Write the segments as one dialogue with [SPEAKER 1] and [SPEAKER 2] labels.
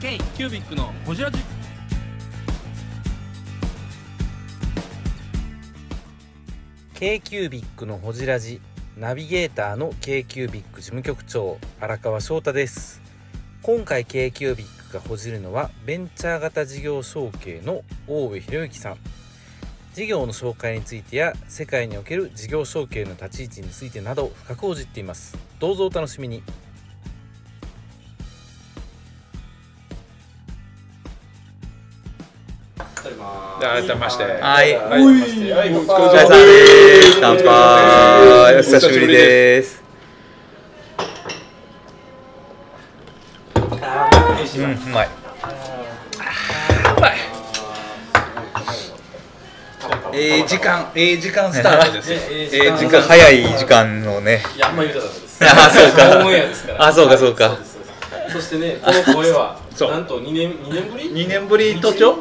[SPEAKER 1] K キュービックのホジラジ。
[SPEAKER 2] k q b i c のほじラジナビゲーターの k q b i c 事務局長荒川翔太です今回 k q b i c がほじるのはベンチャー型事業承継の大上博之さん事業の紹介についてや世界における事業承継の立ち位置についてなど深くほじっていますどうぞお楽しみに
[SPEAKER 3] 改めまして。
[SPEAKER 4] はい
[SPEAKER 3] 改めましてはい。お疲
[SPEAKER 4] お疲れ様です。乾杯。お久しぶりです。うん、うまい。
[SPEAKER 3] ええ時間、ええ時間スタートですよ。
[SPEAKER 4] え時間早い時間のね。
[SPEAKER 5] いや、あんま言うたらダメです。
[SPEAKER 4] あそうか
[SPEAKER 5] オンエアですから。
[SPEAKER 4] あそうかそうか
[SPEAKER 5] はいですそうですそしてね、この声 は、
[SPEAKER 3] そう
[SPEAKER 5] なんと2年、2年ぶり
[SPEAKER 3] 二年ぶり登頂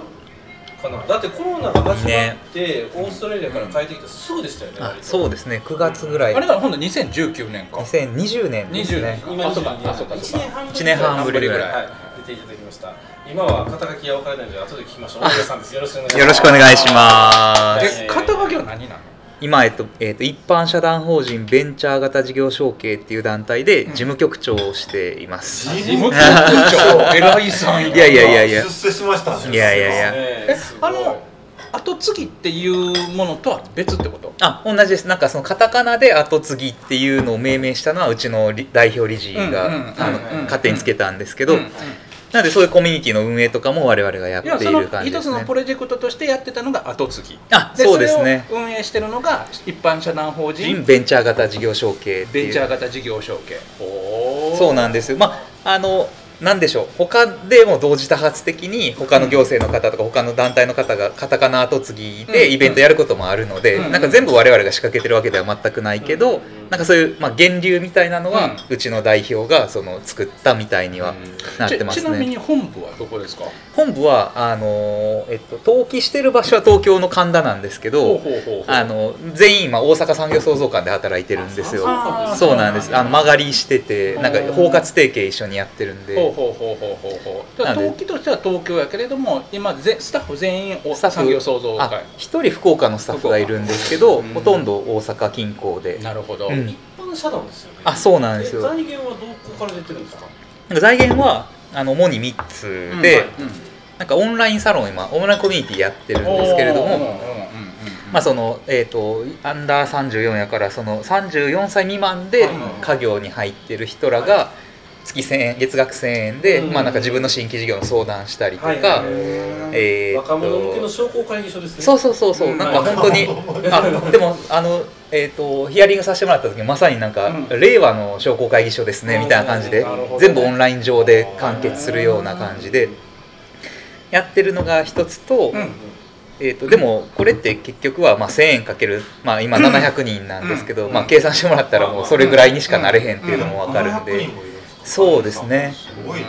[SPEAKER 5] かな。だってコロナが始ま
[SPEAKER 4] ね
[SPEAKER 5] って、オーストラリアから帰ってきたすぐでしたよね。
[SPEAKER 4] あ、
[SPEAKER 5] 割と
[SPEAKER 4] そうですね。9月ぐら
[SPEAKER 3] あれ
[SPEAKER 4] い。
[SPEAKER 3] がほんと2019年か。
[SPEAKER 4] 2020年ですね。
[SPEAKER 5] 今
[SPEAKER 3] あそうか
[SPEAKER 5] 22年
[SPEAKER 3] あそうか
[SPEAKER 5] 一年半ぶり
[SPEAKER 4] 一年半ぶりぐらい
[SPEAKER 5] はい出ていただきました。今は肩書きが分からないので、後で聞きましょう。大上さんです。よろしくお願いします。
[SPEAKER 4] よろしくお願いしま
[SPEAKER 5] い
[SPEAKER 4] す。
[SPEAKER 3] え、肩書きは 何なの
[SPEAKER 4] 今、えっと、えっと、一般社団法人ベンチャー型事業承継っていう団体で事務局長をしています。い
[SPEAKER 3] 事務局長、偉いさん
[SPEAKER 4] やいやいやいや。
[SPEAKER 6] 出世しました
[SPEAKER 4] いやいやいや。
[SPEAKER 5] ね。
[SPEAKER 3] え
[SPEAKER 5] す、ご
[SPEAKER 3] あ
[SPEAKER 5] い
[SPEAKER 3] の、後継ぎっていうものとは別ってこと
[SPEAKER 4] あ同じですなんかそのカタカナで後継ぎっていうのを命名したのはうちのり代表理事
[SPEAKER 3] うんうん
[SPEAKER 4] があの
[SPEAKER 5] はいはいはい
[SPEAKER 4] 勝手につけたんですけ
[SPEAKER 3] う
[SPEAKER 4] ど、
[SPEAKER 3] んうん
[SPEAKER 4] なんでそういうコミュニティの運営とかも我々がやっ
[SPEAKER 3] い
[SPEAKER 4] てい
[SPEAKER 3] やそ
[SPEAKER 4] る
[SPEAKER 3] の
[SPEAKER 4] 感じで
[SPEAKER 3] 一つ
[SPEAKER 4] す
[SPEAKER 3] の
[SPEAKER 4] ね
[SPEAKER 3] プロジェクトとしてやってたのが後継ぎ
[SPEAKER 4] あそうですね
[SPEAKER 3] それを運営してるのが一般社団法人
[SPEAKER 4] ベンチャー型事業承継って
[SPEAKER 3] ベン
[SPEAKER 4] い
[SPEAKER 3] チャー
[SPEAKER 4] う
[SPEAKER 3] 型事業承継
[SPEAKER 4] そうなんですよまああのなんでしょう他でも同時多発的に他の行政の方とか他の団体の方がカタカナ後継ぎ
[SPEAKER 3] うん
[SPEAKER 4] でイベントやることもあるので、
[SPEAKER 3] うん
[SPEAKER 4] なんか全部我々が仕掛けてるわけでは全くないけ
[SPEAKER 5] う
[SPEAKER 4] ど、
[SPEAKER 5] ん
[SPEAKER 4] なんかそういう、まあ、源流みたいなのは、うちの代表がその作ったみたいにはなってま
[SPEAKER 3] ち
[SPEAKER 4] す
[SPEAKER 3] ちなみ
[SPEAKER 4] ね。
[SPEAKER 3] に本部はどこですか
[SPEAKER 4] 本部はあのーえっと登記してる場所は東京の神田なんですけ
[SPEAKER 3] う
[SPEAKER 4] ど、
[SPEAKER 3] ほう
[SPEAKER 4] あの全員今大阪産業創造館で働いてるんですよ。
[SPEAKER 3] あ
[SPEAKER 4] そうなんです。あの曲がりしてて、なんか
[SPEAKER 3] うん
[SPEAKER 4] 包括提携一緒にやってるん
[SPEAKER 3] ほう
[SPEAKER 4] で、
[SPEAKER 3] ほうほうほうほうほうだから
[SPEAKER 4] なんで
[SPEAKER 3] 登記としては東京やけれども今ぜスタッフ全員大
[SPEAKER 4] スタッ
[SPEAKER 3] 阪
[SPEAKER 4] フ
[SPEAKER 3] 産業創造
[SPEAKER 4] あ
[SPEAKER 3] 会、
[SPEAKER 4] 一人福岡のスタッフがいるんですけど、
[SPEAKER 3] 福岡
[SPEAKER 4] ほとんど大阪近郊で。
[SPEAKER 3] なるほど、
[SPEAKER 4] うん
[SPEAKER 5] 一般社団ですよね。
[SPEAKER 4] あ、そうなんです
[SPEAKER 5] え
[SPEAKER 4] よ。
[SPEAKER 5] 財源はどこから出てるんですか
[SPEAKER 4] 財源はあの主に3つで、
[SPEAKER 3] うんうん
[SPEAKER 4] なんかオンラインサロン今オンラインコミュニティやってるんですけれど
[SPEAKER 3] おーうんうんう
[SPEAKER 4] も、
[SPEAKER 3] ん
[SPEAKER 4] まあそのえっ、とアンダー34やからその34歳未満で
[SPEAKER 5] はいはい
[SPEAKER 4] 家業に入ってる人らが月1000円月額1000円で、
[SPEAKER 5] うん
[SPEAKER 4] まあなんか自分の新規事業の相談したりとか、
[SPEAKER 5] はいはいはい
[SPEAKER 4] えーっと
[SPEAKER 5] 若者向けの商工会議所ですね。
[SPEAKER 4] そうそうそうそう、
[SPEAKER 3] うん
[SPEAKER 4] なんか本当に、あでもあのえっ、とヒアリングさせてもらった時まさになんか、
[SPEAKER 3] う
[SPEAKER 4] 令和の商工会議所ですねみたいな感じで、
[SPEAKER 5] なるほどね
[SPEAKER 4] 全部オンライン上で完結するような感じでやってるのが一つと、
[SPEAKER 3] うん
[SPEAKER 4] えー、とでもこれって結局はまあ1,000円かける、まあ、今700人なんですけど、
[SPEAKER 3] うん
[SPEAKER 4] まあ、計算してもらったらもうそれぐらいにしかなれへんっていうのも分かるんで、そうですね
[SPEAKER 6] すごい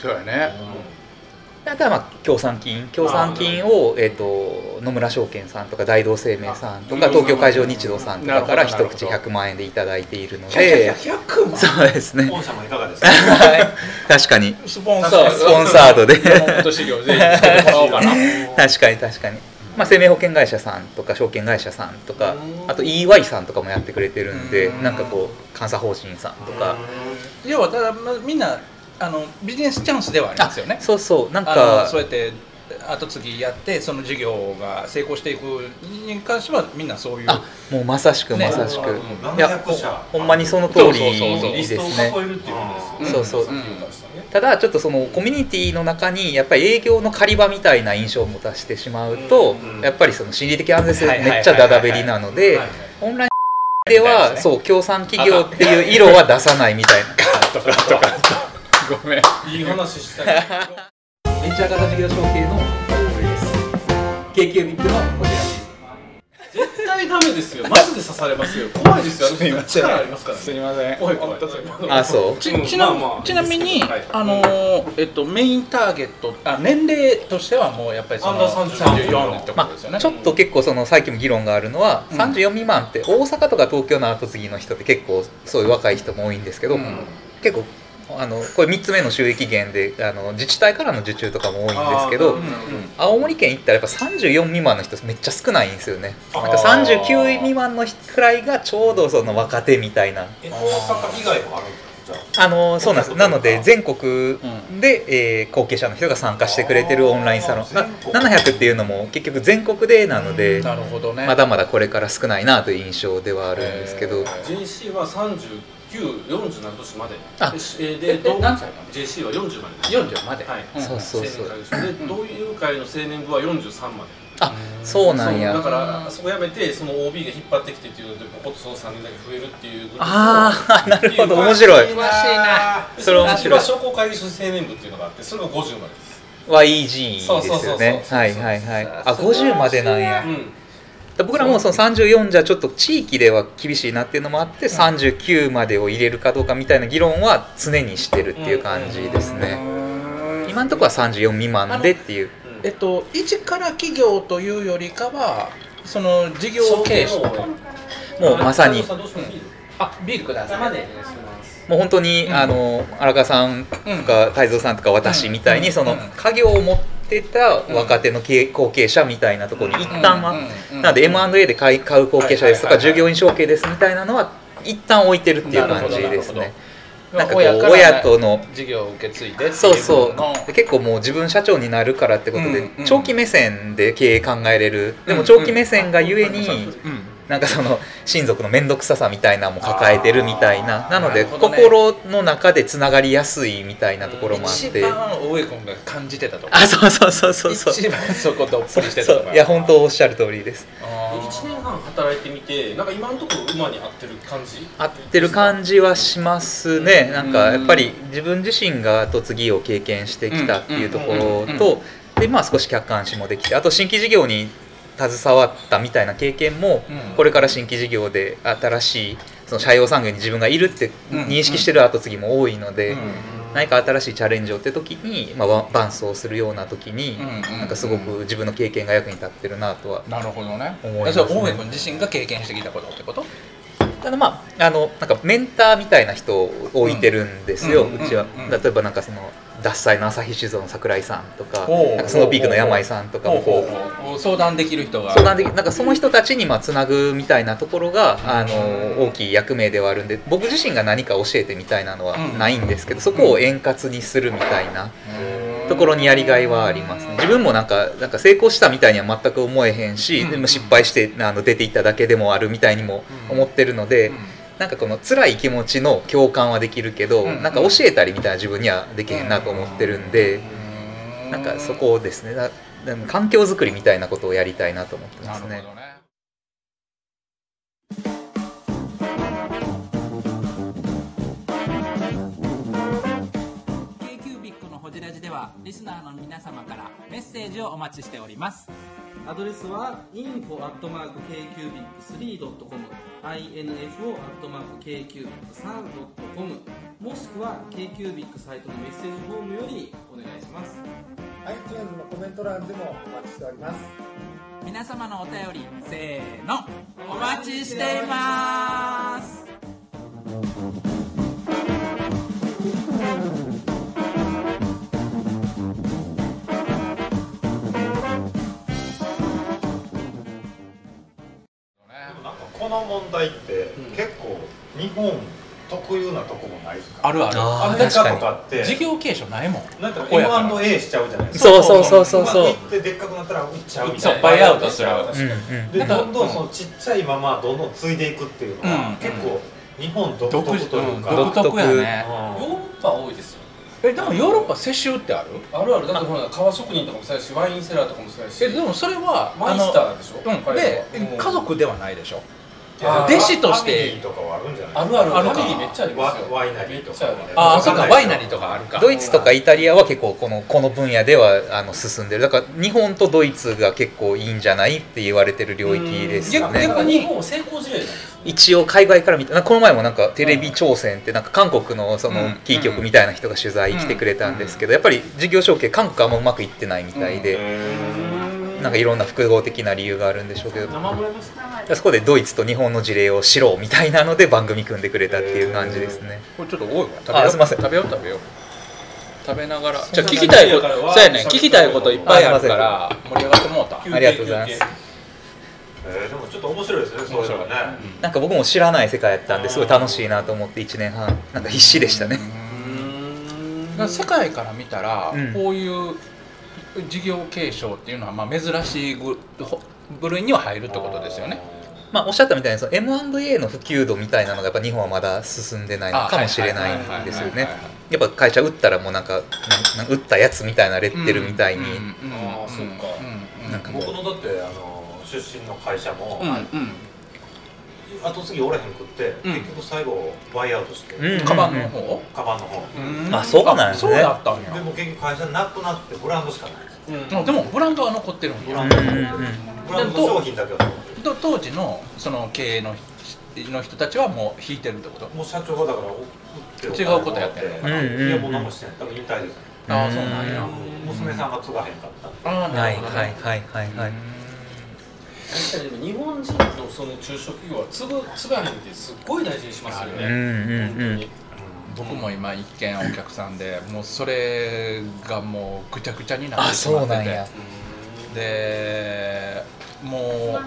[SPEAKER 3] そうやね
[SPEAKER 4] あとはまあ協賛金協賛金を、えー、と野村証券さんとか大同生命さんとか東京海上日動さんとかから
[SPEAKER 3] なるほど
[SPEAKER 4] 一口100万円でいただいているの
[SPEAKER 3] いやいや
[SPEAKER 4] で
[SPEAKER 3] 100万
[SPEAKER 4] そうですね
[SPEAKER 6] 御社もいかがですか
[SPEAKER 4] はい確かに
[SPEAKER 3] スポンサー
[SPEAKER 4] スポンサードで
[SPEAKER 3] 山本修行全員つけても らおうかな
[SPEAKER 4] 確かに確かに、まあ、生命保険会社さんとか証券会社さんとか
[SPEAKER 5] うん
[SPEAKER 4] あと EY さんとかもやってくれてるんで
[SPEAKER 3] うん
[SPEAKER 4] なんかこう監査法人さんとか
[SPEAKER 3] 要はただまあみんなあのビジネスチャンスではありますよね
[SPEAKER 4] そうそうなん
[SPEAKER 3] あ
[SPEAKER 4] か
[SPEAKER 3] のそうやって後継ぎやってその事業が成功していくに関してはみんなそういう
[SPEAKER 4] あもうまさしく
[SPEAKER 3] ね
[SPEAKER 4] まさしく、
[SPEAKER 6] 700
[SPEAKER 4] いやほ
[SPEAKER 6] 社
[SPEAKER 4] ほんまにその通り
[SPEAKER 3] そうそうそうそう
[SPEAKER 5] リ
[SPEAKER 4] です
[SPEAKER 5] ストを
[SPEAKER 4] ね
[SPEAKER 5] 囲えるっていうことですよね。
[SPEAKER 4] そうそう、
[SPEAKER 3] うん
[SPEAKER 4] ただちょっとそのコミュニティの中にやっぱり営業の狩り場みたいな印象を持たせてしまうと、
[SPEAKER 6] うん
[SPEAKER 4] やっぱりその心理的安全性
[SPEAKER 3] はいはいはい
[SPEAKER 4] めっちゃダダベリなので
[SPEAKER 5] はい
[SPEAKER 4] オンラインでは、
[SPEAKER 3] みたいですね
[SPEAKER 4] そう協賛企業っていう色は出さないみたいな
[SPEAKER 3] ごめん
[SPEAKER 5] いい話した い。
[SPEAKER 4] ベンチャー型事業承継の k q b i c のこちら
[SPEAKER 5] 絶対ダメですよ。マジで刺されますよ。怖いですよ。あの人力ありますから
[SPEAKER 3] す
[SPEAKER 5] ね。
[SPEAKER 3] いません
[SPEAKER 5] 怖い怖い。
[SPEAKER 4] あそう
[SPEAKER 3] ち
[SPEAKER 5] うん
[SPEAKER 3] ちな,、
[SPEAKER 5] まあまあ
[SPEAKER 3] ちなみに、
[SPEAKER 5] はい
[SPEAKER 3] あのーえっと、メインターゲットあ年齢としてはもうやっぱりその
[SPEAKER 5] アンダー34
[SPEAKER 3] 34ってことですよね、
[SPEAKER 4] ちょっと結構そのさっきも議論があるのは、
[SPEAKER 3] うん
[SPEAKER 4] 34未満って大阪とか東京の後継ぎの人って結構そういう若い人も多いんですけど、
[SPEAKER 3] うん
[SPEAKER 4] 結構あのこれ3つ目の収益源であの自治体からの受注とかも多いんで
[SPEAKER 5] あ
[SPEAKER 4] す
[SPEAKER 5] ー
[SPEAKER 4] けど
[SPEAKER 5] なるほど
[SPEAKER 4] 青森県行ったらやっぱ34未満の人めっちゃ少ないんですよね
[SPEAKER 5] あ
[SPEAKER 4] なんか39未満の人くらいがちょうどその若手みたいな
[SPEAKER 6] え大阪以外もあるんですかじゃあ
[SPEAKER 4] あのそうなんですなので全国で、えー後継者の人が参加してくれてるオンラインサロン
[SPEAKER 6] あー
[SPEAKER 4] が700っていうのも結局全国でなので
[SPEAKER 3] なるほどね
[SPEAKER 4] まだまだこれから少ないなという印象ではあるんですけど、
[SPEAKER 5] JC は39、47年まで。
[SPEAKER 4] あ
[SPEAKER 5] でしえー
[SPEAKER 3] え
[SPEAKER 5] で、ど
[SPEAKER 3] え
[SPEAKER 5] う
[SPEAKER 3] 何歳なの
[SPEAKER 5] JC は40まで。
[SPEAKER 3] 40まで、
[SPEAKER 5] はい
[SPEAKER 3] うん
[SPEAKER 4] そう
[SPEAKER 5] 青
[SPEAKER 4] そう
[SPEAKER 5] 年
[SPEAKER 4] そう
[SPEAKER 5] 会ですで、同友会の青年部は43まで。
[SPEAKER 4] あそうなん
[SPEAKER 5] そう
[SPEAKER 4] や
[SPEAKER 5] だからそこやめてその OB が引っ張ってきてっていうのでボコッとその3年だけ増えるっていうグループ
[SPEAKER 4] ああなるほど面白い
[SPEAKER 5] な
[SPEAKER 4] それは面白い
[SPEAKER 5] 商工会議所青年部っていうのがあってそれが50までです、
[SPEAKER 4] YEG ですよ
[SPEAKER 5] そ
[SPEAKER 4] ね
[SPEAKER 5] うそうそうそう
[SPEAKER 4] はいはいはいあ
[SPEAKER 3] そうそう
[SPEAKER 4] 50までなんや
[SPEAKER 5] うん、
[SPEAKER 4] 僕らもその34じゃちょっと地域では厳しいなっていうのもあって39までを入れるかどうかみたいな議論は常にしてるっていう感じですね今のところは34未満でっていう
[SPEAKER 3] えっと一から企業というよりかはその事業経営者
[SPEAKER 4] もうまさに
[SPEAKER 3] あビールください
[SPEAKER 4] もう本当に、
[SPEAKER 3] うん
[SPEAKER 4] あの荒川さんとか泰造さんとか私みたいに、
[SPEAKER 3] うん
[SPEAKER 4] その
[SPEAKER 3] うん
[SPEAKER 4] 家業を持ってた若手の経営後継者みたいなところに一旦は、なので M&A で買い買う後継者ですとか、
[SPEAKER 3] はいはいはいはい
[SPEAKER 4] 従業員承継ですみたいなのは一旦置いてるっていう感じですね。
[SPEAKER 3] な
[SPEAKER 4] なん
[SPEAKER 3] るほ
[SPEAKER 4] か
[SPEAKER 3] ど
[SPEAKER 4] こう
[SPEAKER 3] なるほど
[SPEAKER 4] 親との
[SPEAKER 3] 事業を受け継いでっていう
[SPEAKER 4] そうそ
[SPEAKER 3] の
[SPEAKER 4] うで結構もう自分社長になるからってことで、
[SPEAKER 3] うんうん
[SPEAKER 4] 長期目線で経営考えれる
[SPEAKER 3] う
[SPEAKER 4] で
[SPEAKER 3] んう
[SPEAKER 4] も
[SPEAKER 3] ん
[SPEAKER 4] 長期目線がゆえに、
[SPEAKER 3] うん
[SPEAKER 4] なんかその親族の面倒くささみたいなのも抱えてるみたいな
[SPEAKER 3] あー
[SPEAKER 4] なので
[SPEAKER 3] なるほどね
[SPEAKER 4] 心の中でつながりやすいみたいなところもあっ
[SPEAKER 3] 一
[SPEAKER 4] て
[SPEAKER 3] 番大江君が感じてたとこ
[SPEAKER 4] あそうそうそうそうそう
[SPEAKER 3] 一番そこどっぷりしてた
[SPEAKER 4] そ
[SPEAKER 3] とこ
[SPEAKER 4] ういや本当おっしゃる通りです
[SPEAKER 5] 1年半働いてみてなんか今のところ馬に合ってる感じ
[SPEAKER 4] 合ってる感じはしますねなんかやっぱり自分自身が後継ぎを経験してきたっていうとこ
[SPEAKER 3] うんうんうん
[SPEAKER 4] ろ
[SPEAKER 3] う
[SPEAKER 4] とでまあ少し客観視もできてあと新規事業に携わったみたいな経験も
[SPEAKER 3] うん
[SPEAKER 4] これから新規事業で新しいその社用産業に自分がいるって認識してる後継ぎも多いので、
[SPEAKER 3] うん
[SPEAKER 4] 何か新しいチャレンジをって時に、まあわ、伴走するような時に、
[SPEAKER 3] うんうん
[SPEAKER 4] なんかすごく自分の経験が役に立ってるなとは、
[SPEAKER 3] なるほどね
[SPEAKER 4] 思いますね
[SPEAKER 3] それは大江君自身が経験してきたことってこと
[SPEAKER 4] ただまああのなんかメンターみたいな人を置いてるんですよ、
[SPEAKER 3] う
[SPEAKER 4] うん
[SPEAKER 3] うん
[SPEAKER 4] ちは、
[SPEAKER 3] うん
[SPEAKER 4] 例えばなんかその獺祭の朝日酒造の桜井さんとか
[SPEAKER 3] ほう
[SPEAKER 4] なんかそのピークの山井さんとかもこう
[SPEAKER 3] 相談できる人が
[SPEAKER 4] 相談できなんかその人たちにまあつなぐみたいなところがあの大きい役目ではあるんで僕自身が何か教えてみたいなのはないんですけどそこを円滑にするみたいなところにやりがいはありますね自分もなんかなんか成功したみたいには全く思えへんし
[SPEAKER 3] うん
[SPEAKER 4] でも失敗してあの出ていっただけでもあるみたいにも思ってるのでなんかこの辛い気持ちの共感はできるけど
[SPEAKER 3] うん
[SPEAKER 4] なんか教えたりみたいな自分にはできへんなと思ってるんでなんかそこをですねなでも環境づくりみたいなことをやりたいなと思って
[SPEAKER 3] な
[SPEAKER 4] ま
[SPEAKER 3] る
[SPEAKER 4] す
[SPEAKER 3] ほど
[SPEAKER 4] ね
[SPEAKER 3] ね。
[SPEAKER 7] K-Cubic のホジラジではリスナーの皆様からメッセージをお待ちしております
[SPEAKER 1] アドレスは info.kcubic3.com info.kcubic3.com もしくは KQBIC サイトのメッセージフォームよりお願いします。
[SPEAKER 8] iTunes のコメント欄でもお待ちしております
[SPEAKER 7] 皆様のお便りせーのお待ちしています
[SPEAKER 6] なんかこの問題って結構日本特有なとこもないですか、
[SPEAKER 3] あるある
[SPEAKER 4] あー
[SPEAKER 6] アメリカとかって
[SPEAKER 3] 事業継承ないもん
[SPEAKER 6] なんか
[SPEAKER 3] 親から
[SPEAKER 6] M&A しちゃうじゃないですか
[SPEAKER 4] そうそうそうそうそう
[SPEAKER 6] まくいってでっかくなったら売っちゃうみたい
[SPEAKER 3] そう
[SPEAKER 6] な
[SPEAKER 3] バイアウトする
[SPEAKER 6] うん
[SPEAKER 4] うんうん
[SPEAKER 6] で
[SPEAKER 3] なんか
[SPEAKER 6] どんどんそのちっちゃいままどんどん継いでいくっていうの
[SPEAKER 3] うん
[SPEAKER 6] は結構日本独特というか、
[SPEAKER 3] 独特やね
[SPEAKER 5] ヨ
[SPEAKER 6] う
[SPEAKER 5] ーロッパは多いですよ
[SPEAKER 3] えでもヨーロッパ世襲ってある
[SPEAKER 5] あるあるだってほら革職人とかもそうやしワインセラーとかもそうやし
[SPEAKER 3] えでもそれは
[SPEAKER 5] マイスターでしょ
[SPEAKER 3] あのうんで家族ではないでしょ
[SPEAKER 6] ん
[SPEAKER 5] あー
[SPEAKER 3] 弟子として
[SPEAKER 6] ファミリーとかはあるんじゃない
[SPEAKER 5] あるある
[SPEAKER 3] あるか
[SPEAKER 5] ファミリーめっちゃありますよ
[SPEAKER 6] ワワイナリーとか
[SPEAKER 5] めっちゃある
[SPEAKER 3] ああそっ
[SPEAKER 6] わ
[SPEAKER 3] か
[SPEAKER 6] んな
[SPEAKER 3] ワ
[SPEAKER 6] い
[SPEAKER 3] イ
[SPEAKER 6] です
[SPEAKER 3] ナ
[SPEAKER 6] よ
[SPEAKER 3] リーとかあるか
[SPEAKER 4] ドイツとかイタリアは結構このこの分野ではあの進んでるだから日本とドイツが結構いいんじゃないって言われてる領域ですよ
[SPEAKER 5] だ
[SPEAKER 4] ね
[SPEAKER 5] から日本は成功事例なんです
[SPEAKER 4] 一応海外から見たなんかこの前もなんかテレビ朝鮮ってなんか韓国のそ
[SPEAKER 3] うん
[SPEAKER 4] のキー局みたいな人が取材来てくれたんですけどやっぱり事業承継韓国はあんまうまくいってないみたいで
[SPEAKER 6] へ
[SPEAKER 4] なんかいろんな複合的な理由があるんでしょうけど
[SPEAKER 5] 生もらえますか
[SPEAKER 4] そこでドイツと日本の事例を知ろうみたいなので番組組んでくれたっていう感じですね
[SPEAKER 3] これちょっと多いわ食べよう
[SPEAKER 4] あすいません
[SPEAKER 3] 食べよう食べよう食べながらじゃあ
[SPEAKER 5] そ
[SPEAKER 3] 聞
[SPEAKER 5] んな
[SPEAKER 3] きたいこ
[SPEAKER 5] 感じやか
[SPEAKER 3] と
[SPEAKER 5] ら
[SPEAKER 3] そうやねん聞きたいこといっぱいあるから盛り上がってもうた
[SPEAKER 4] ありがとうございます
[SPEAKER 6] えー、でもちょっと面白いですねそういうのね
[SPEAKER 4] なんか僕も知らない世界やったんですごい楽しいなと思って1年半なんか必死でしたね
[SPEAKER 3] なんか世界から見たら、
[SPEAKER 4] うん
[SPEAKER 3] こういう事業継承っていうのはまあ珍しいぐほ部類には入るってことですよね。
[SPEAKER 4] まあおっしゃったみたいにその M&A の普及度みたいなのがやっぱ日本はまだ進んでないのかもしれないんですよねやっぱ会社売ったらもうなんかなな売ったやつみたいなレッテルみたいに、
[SPEAKER 3] あ
[SPEAKER 6] あーそっか
[SPEAKER 4] なんかもう
[SPEAKER 6] 僕のだってあの出身の会社も、
[SPEAKER 3] うんうん
[SPEAKER 6] 後継ぎおらへんくって、
[SPEAKER 3] うん
[SPEAKER 6] 結局最後バイアウトして、
[SPEAKER 4] うん
[SPEAKER 3] カバンの方、
[SPEAKER 6] カバンの方、
[SPEAKER 4] あそうなんですね
[SPEAKER 3] そうだったんや
[SPEAKER 6] でも結局会社なくなってブランドしかないです
[SPEAKER 3] うんでもブランドは残ってるん
[SPEAKER 6] ブ
[SPEAKER 3] や
[SPEAKER 6] ランド、
[SPEAKER 4] うんうんうん
[SPEAKER 6] ブランドの商品だけは
[SPEAKER 3] と当時のその経営の人の人たちはもう引いてるってこと
[SPEAKER 6] もう社長がだから送って
[SPEAKER 3] 違うことやってるのか
[SPEAKER 4] なうんうんうん
[SPEAKER 6] いやもう何もしてない多分引退ですね、
[SPEAKER 3] ああそうなんや
[SPEAKER 6] 娘さんが継がへんかったんで
[SPEAKER 3] ああ
[SPEAKER 4] は
[SPEAKER 3] ないるほどね
[SPEAKER 4] はいはいはいはい、
[SPEAKER 5] 確かにでも日本人のその中小企業は継ぐ継がへんってすっごい大事にしますよ
[SPEAKER 4] うん
[SPEAKER 5] ね
[SPEAKER 4] うんうん
[SPEAKER 3] 僕も今一見お客さんでもうそれがもうぐちゃぐちゃになっ
[SPEAKER 4] あ
[SPEAKER 3] てし
[SPEAKER 4] そ
[SPEAKER 3] ま
[SPEAKER 4] う
[SPEAKER 3] って
[SPEAKER 4] なん
[SPEAKER 3] て
[SPEAKER 4] や
[SPEAKER 3] でも
[SPEAKER 5] は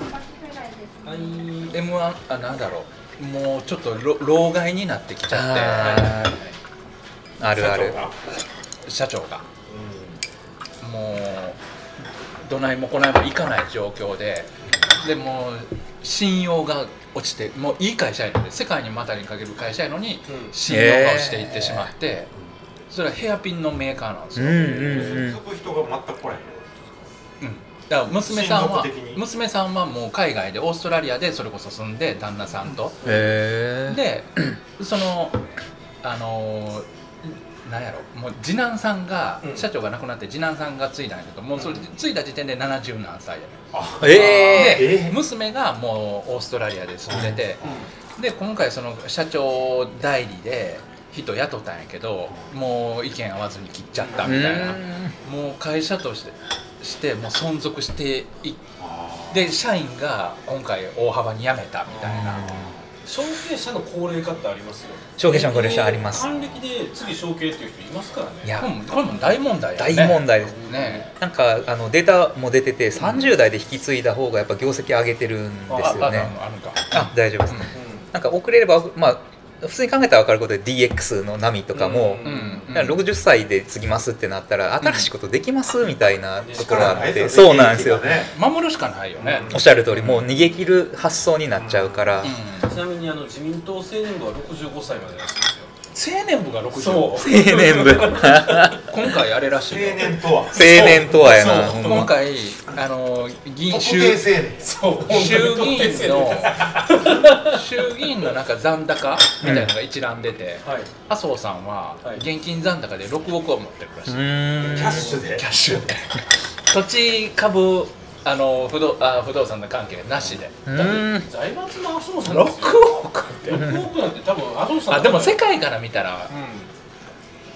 [SPEAKER 5] いう
[SPEAKER 3] M1 あなんだろうもうちょっとろ老害になってきちゃっ
[SPEAKER 4] あーあるある
[SPEAKER 6] 社長が
[SPEAKER 3] て社長がもうどないもこないもいかない状況ででもう信用が落ちてもういい会社やので世界に股にかける会社やのに
[SPEAKER 5] ん
[SPEAKER 3] 信用が落ちていってしまって、それはヘアピンのメーカーなんです
[SPEAKER 4] うん
[SPEAKER 3] よ、
[SPEAKER 4] うん
[SPEAKER 6] うん
[SPEAKER 4] うん
[SPEAKER 6] 継ぐ人が全く来ない
[SPEAKER 3] うんだから娘さんは
[SPEAKER 6] 親族的に
[SPEAKER 3] 娘さんはもう海外でオーストラリアでそれこそ住んで旦那さんと、
[SPEAKER 4] へえ
[SPEAKER 3] でそのあのなんやろもう次男さんが、
[SPEAKER 5] うん
[SPEAKER 3] 社長が亡くなって次男さんが継いだんやけどもうそれ継いだ時点で70何歳やね
[SPEAKER 4] え
[SPEAKER 3] で、娘がもうオーストラリアで住んでて、で今回その社長代理で人雇ったんやけどもう意見合わずに切っちゃったみたいな、もう会社としてしてもう存続していで社員が今回大幅に辞めたみたいな、
[SPEAKER 5] 証券者の高齢化ってありますよ
[SPEAKER 4] 証券者の高齢者あります
[SPEAKER 5] 還暦で次証券っていう人いますからね
[SPEAKER 4] いや
[SPEAKER 3] これもこれも大問題やね
[SPEAKER 4] 大問題です
[SPEAKER 3] ね
[SPEAKER 4] なんかあのデータも出てて30代で引き継いだ方がやっぱ業績上げてるんですよね
[SPEAKER 3] あああるんか
[SPEAKER 4] あ大丈夫です、なんか遅れればまあ普通に考えたら分かることで DX の波とかも、
[SPEAKER 3] うん、うん
[SPEAKER 4] だから60歳で継ぎますってなったら新しいことできますみたいなところ
[SPEAKER 6] 力
[SPEAKER 4] が
[SPEAKER 6] な
[SPEAKER 4] あ
[SPEAKER 6] い
[SPEAKER 4] って、
[SPEAKER 6] です
[SPEAKER 4] そ
[SPEAKER 6] よ
[SPEAKER 4] う
[SPEAKER 6] ね
[SPEAKER 4] なんですよ、
[SPEAKER 6] 利益がね
[SPEAKER 3] 守るしかないよね、
[SPEAKER 4] おっしゃる通りもう逃げ切る発想になっちゃうから、
[SPEAKER 3] うん
[SPEAKER 5] ちなみにあの自民党青年部は65歳までらしいですよ
[SPEAKER 3] 青年部が60
[SPEAKER 5] そう
[SPEAKER 4] 青年 部青
[SPEAKER 3] 今回あれらし
[SPEAKER 6] 青
[SPEAKER 3] いよ
[SPEAKER 6] 年とは
[SPEAKER 4] 年とはやなほん
[SPEAKER 3] 今
[SPEAKER 4] ま
[SPEAKER 3] 回あの議員
[SPEAKER 6] 特
[SPEAKER 3] 衆
[SPEAKER 6] 定青年
[SPEAKER 3] 衆議院の衆議院のなんか残高みたいなのが一覧出て、
[SPEAKER 5] はい
[SPEAKER 3] 麻生さんは
[SPEAKER 5] はい
[SPEAKER 3] 現金残高で6億を持ってるらしい、
[SPEAKER 4] うーん
[SPEAKER 6] キャッシュで
[SPEAKER 3] キャッシュ土地株あの不動あ不動産の関係なしで
[SPEAKER 4] うーん
[SPEAKER 5] 財閥の麻生さん
[SPEAKER 3] 6
[SPEAKER 5] ですよ
[SPEAKER 3] 億って
[SPEAKER 5] 6億なんて多分麻生さん
[SPEAKER 3] あでも世
[SPEAKER 5] せ
[SPEAKER 3] 界から見たら、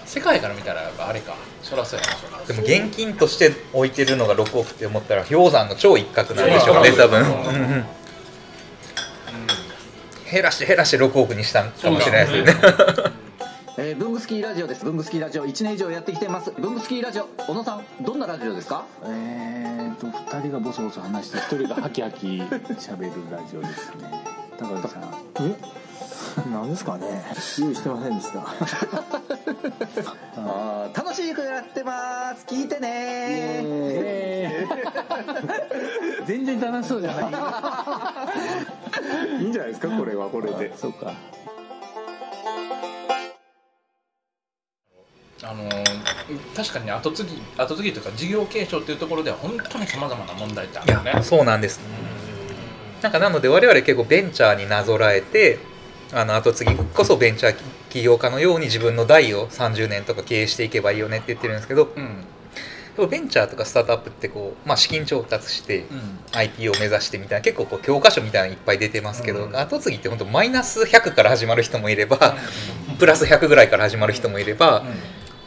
[SPEAKER 3] 世界から見たらあれかそらそうやなそら
[SPEAKER 4] でも現金として置いてるのが6億って思ったら氷山の超一角なんでしょうね多分うんうん減らして減らして6億にしたんかもしれないですよね
[SPEAKER 9] えー、ブングスキーラジオです。ブングスキーラジオ1年以上やってきてます。ブングスキーラジオ、小野さん、どんなラジオですかえーと、2人がボソボソ話して、1人がハキハキ喋るラジオですね。高橋さん。え何ですかね用意してませんでした。あー楽しくやってます。聞いてね全然楽しそうじゃない。いいんじゃないですか、これはこれで。そうか。
[SPEAKER 3] あのー確かに後継ぎ後継ぎというか事業継承っていうところでは本当にさまざまな問題ってあ
[SPEAKER 4] い
[SPEAKER 3] るよね
[SPEAKER 4] やそうなんですなんかなので我々結構ベンチャーになぞらえてあの後継ぎこそベンチャー起業家のように自分の代を30年とか経営していけばいいよねって言ってるんですけど
[SPEAKER 3] うん
[SPEAKER 4] でもベンチャーとかスタートアップってこう、まあ、資金調達して
[SPEAKER 3] うん
[SPEAKER 4] IP を目指してみたいな結構こう教科書みたいなのいっぱい出てますけど、後継ぎって本当マイナス100から始まる人もいれば、プラス100ぐらいから始まる人もいれば、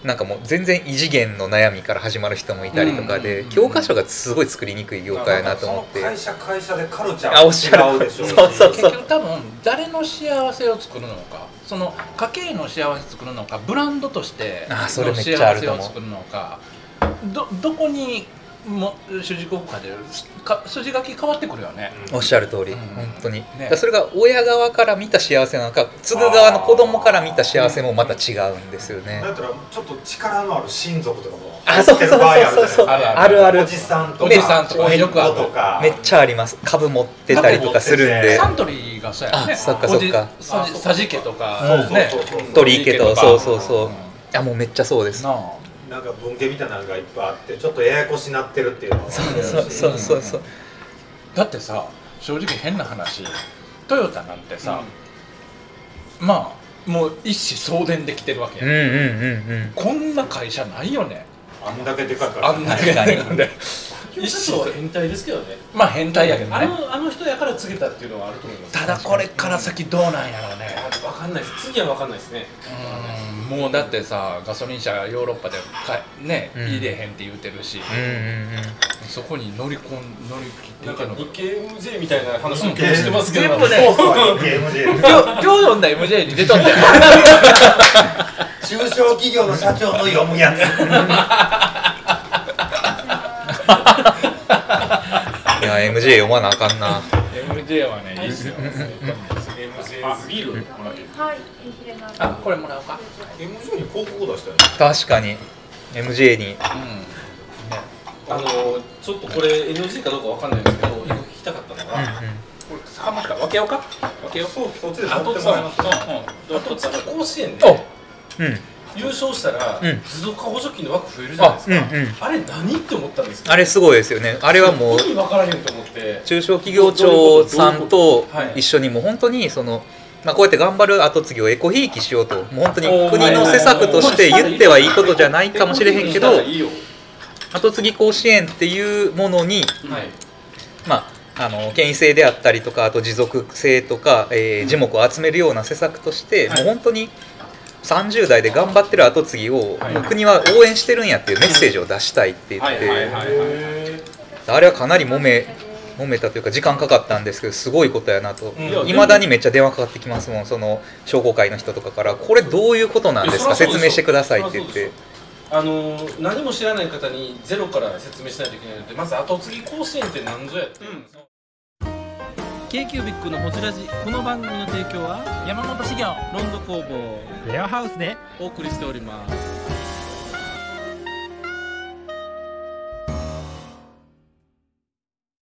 [SPEAKER 4] なんかもう全然異次元の悩みから始まる人もいたりとかで、教科書がすごい作りにくい業界やなと思って
[SPEAKER 6] その会社会社でカルチャ
[SPEAKER 4] あおっしゃ
[SPEAKER 6] ー
[SPEAKER 4] る
[SPEAKER 6] が違うでしょ
[SPEAKER 4] そうそう
[SPEAKER 3] 結
[SPEAKER 4] そう
[SPEAKER 3] 局多分誰の幸せを作るのかその家計の幸せ作るのかブランドとして
[SPEAKER 4] あ
[SPEAKER 3] の
[SPEAKER 4] ーそれめっ
[SPEAKER 3] 幸
[SPEAKER 4] ちゃある
[SPEAKER 3] せ
[SPEAKER 4] と
[SPEAKER 3] を
[SPEAKER 4] 思う
[SPEAKER 3] 作るのかどどこにも主人公かでか筋書き変わってくるよね、
[SPEAKER 4] おっしゃる通り、
[SPEAKER 3] うん
[SPEAKER 4] 本当に、だ
[SPEAKER 3] ね
[SPEAKER 4] からそれが親側から見た幸せなのか継ぐ側の子供から見た幸せもまた違うんですよね
[SPEAKER 6] だったらちょっと力のある親族とかも
[SPEAKER 4] あそうそうそうそうそう
[SPEAKER 3] ある
[SPEAKER 4] あるある
[SPEAKER 6] おじさんとか
[SPEAKER 3] おじさんとか
[SPEAKER 6] 甥っ
[SPEAKER 3] よくある
[SPEAKER 6] 子とか
[SPEAKER 4] めっちゃあります株持ってたりとかするんで
[SPEAKER 3] サントリーがそうやね
[SPEAKER 4] あそっかそっか
[SPEAKER 3] おじさじさじ家とか
[SPEAKER 6] そう
[SPEAKER 3] ね
[SPEAKER 6] そうそうそう
[SPEAKER 4] 鳥池と
[SPEAKER 3] か
[SPEAKER 4] そうそうそう、
[SPEAKER 3] ん
[SPEAKER 4] あもうめっちゃそうです
[SPEAKER 3] なあ
[SPEAKER 6] なんか文系みたいなのがいっぱいあってちょっとややこしなってるっていうのは
[SPEAKER 4] そうそうそうそう
[SPEAKER 3] だってさ正直変な話トヨタなんてさ、まあもう一子相伝できてるわけ
[SPEAKER 4] う
[SPEAKER 3] や、
[SPEAKER 4] んうんうんうん
[SPEAKER 3] こんな会社ないよね
[SPEAKER 6] あんだけでかいから
[SPEAKER 3] あんなけないので
[SPEAKER 5] 一生は変態ですけどね
[SPEAKER 3] まあ変態やけど
[SPEAKER 5] あ
[SPEAKER 3] ね
[SPEAKER 5] のあの人やから告げたっていうのはあると思います
[SPEAKER 3] ただこれから先どうなんやろうね
[SPEAKER 5] 分かんないです次は分かんないですね
[SPEAKER 3] うんもうだってさガソリン車ヨーロッパでかね
[SPEAKER 4] うん
[SPEAKER 3] 入れへんって言うてるし、
[SPEAKER 4] うんうんうん
[SPEAKER 3] そこに乗り込ん乗り切って
[SPEAKER 5] ないん
[SPEAKER 3] け
[SPEAKER 5] か
[SPEAKER 3] んのか
[SPEAKER 5] 日系 MJ みたいな話も
[SPEAKER 6] ん
[SPEAKER 5] してますけど
[SPEAKER 3] 全部ね
[SPEAKER 6] ゲームで
[SPEAKER 3] 今日今日読んだ MJ に出とったよ
[SPEAKER 6] 中小企業の社長の読むやつ
[SPEAKER 4] いや MJ 読まなあかんな
[SPEAKER 3] MJ はねいいっすよ
[SPEAKER 5] MJ ビールもらってる
[SPEAKER 10] はい、えひれな
[SPEAKER 3] あこれもらおうか
[SPEAKER 6] MJ に広告出したよ
[SPEAKER 4] 確かに MJ に
[SPEAKER 3] う
[SPEAKER 5] あのちょっとこれ NG かどうかわかんないですけど一個聞きたかったのが、これ坂巻から分けようか分けよう
[SPEAKER 6] そうそっちで
[SPEAKER 5] あ
[SPEAKER 6] 乗っ
[SPEAKER 5] と
[SPEAKER 6] てもらい
[SPEAKER 5] さ
[SPEAKER 6] ます
[SPEAKER 5] あとさ甲子園
[SPEAKER 4] お
[SPEAKER 5] で
[SPEAKER 4] うん
[SPEAKER 5] 優勝したら
[SPEAKER 4] うん
[SPEAKER 5] 持続化補助金の枠増えるじゃない
[SPEAKER 4] あ
[SPEAKER 5] です
[SPEAKER 4] うんう
[SPEAKER 5] か、
[SPEAKER 4] ん
[SPEAKER 5] あれ何って思ったんですけど
[SPEAKER 4] あれすごいですよねあれはもう
[SPEAKER 5] 意味分からへんと思って
[SPEAKER 4] 中小企業庁さんと
[SPEAKER 5] はい
[SPEAKER 4] 一緒にもう本当にその、まあ、こうやって頑張る後継ぎをエコひいきしようともう本当に国の施策として言ってはいいことじゃないかもしれへんけど
[SPEAKER 5] いいよ
[SPEAKER 4] 後継ぎ甲子園っていうものに、
[SPEAKER 5] はい
[SPEAKER 4] まあ、あの権威性であったりとかあと持続性とか、えー樹木を集めるような施策として、もう本当に30代で頑張ってる後継ぎを、
[SPEAKER 5] はい
[SPEAKER 4] もう国は応援してるんやっていうメッセージを出したいって言って、
[SPEAKER 5] はいはい
[SPEAKER 4] あれはかなり揉め揉めたというか時間かかったんですけどすごいことやなと
[SPEAKER 5] ん
[SPEAKER 4] いま、未だにめっちゃ電話かかってきますもんその商工会の人とかから「これどういうことなんですか
[SPEAKER 5] いやそりゃそ
[SPEAKER 4] 説
[SPEAKER 5] うですよ
[SPEAKER 4] 明してください」って言っ
[SPEAKER 5] そりゃ
[SPEAKER 4] て
[SPEAKER 5] そあのー何も知らない方にゼロから説明しないといけないのでまず後継ぎ甲子園って何ぞやって、うん
[SPEAKER 1] k q b i c のホジラジこの番組の提供は
[SPEAKER 7] 山本修行
[SPEAKER 1] ロンド工房
[SPEAKER 9] レアハウスで
[SPEAKER 1] お送りしております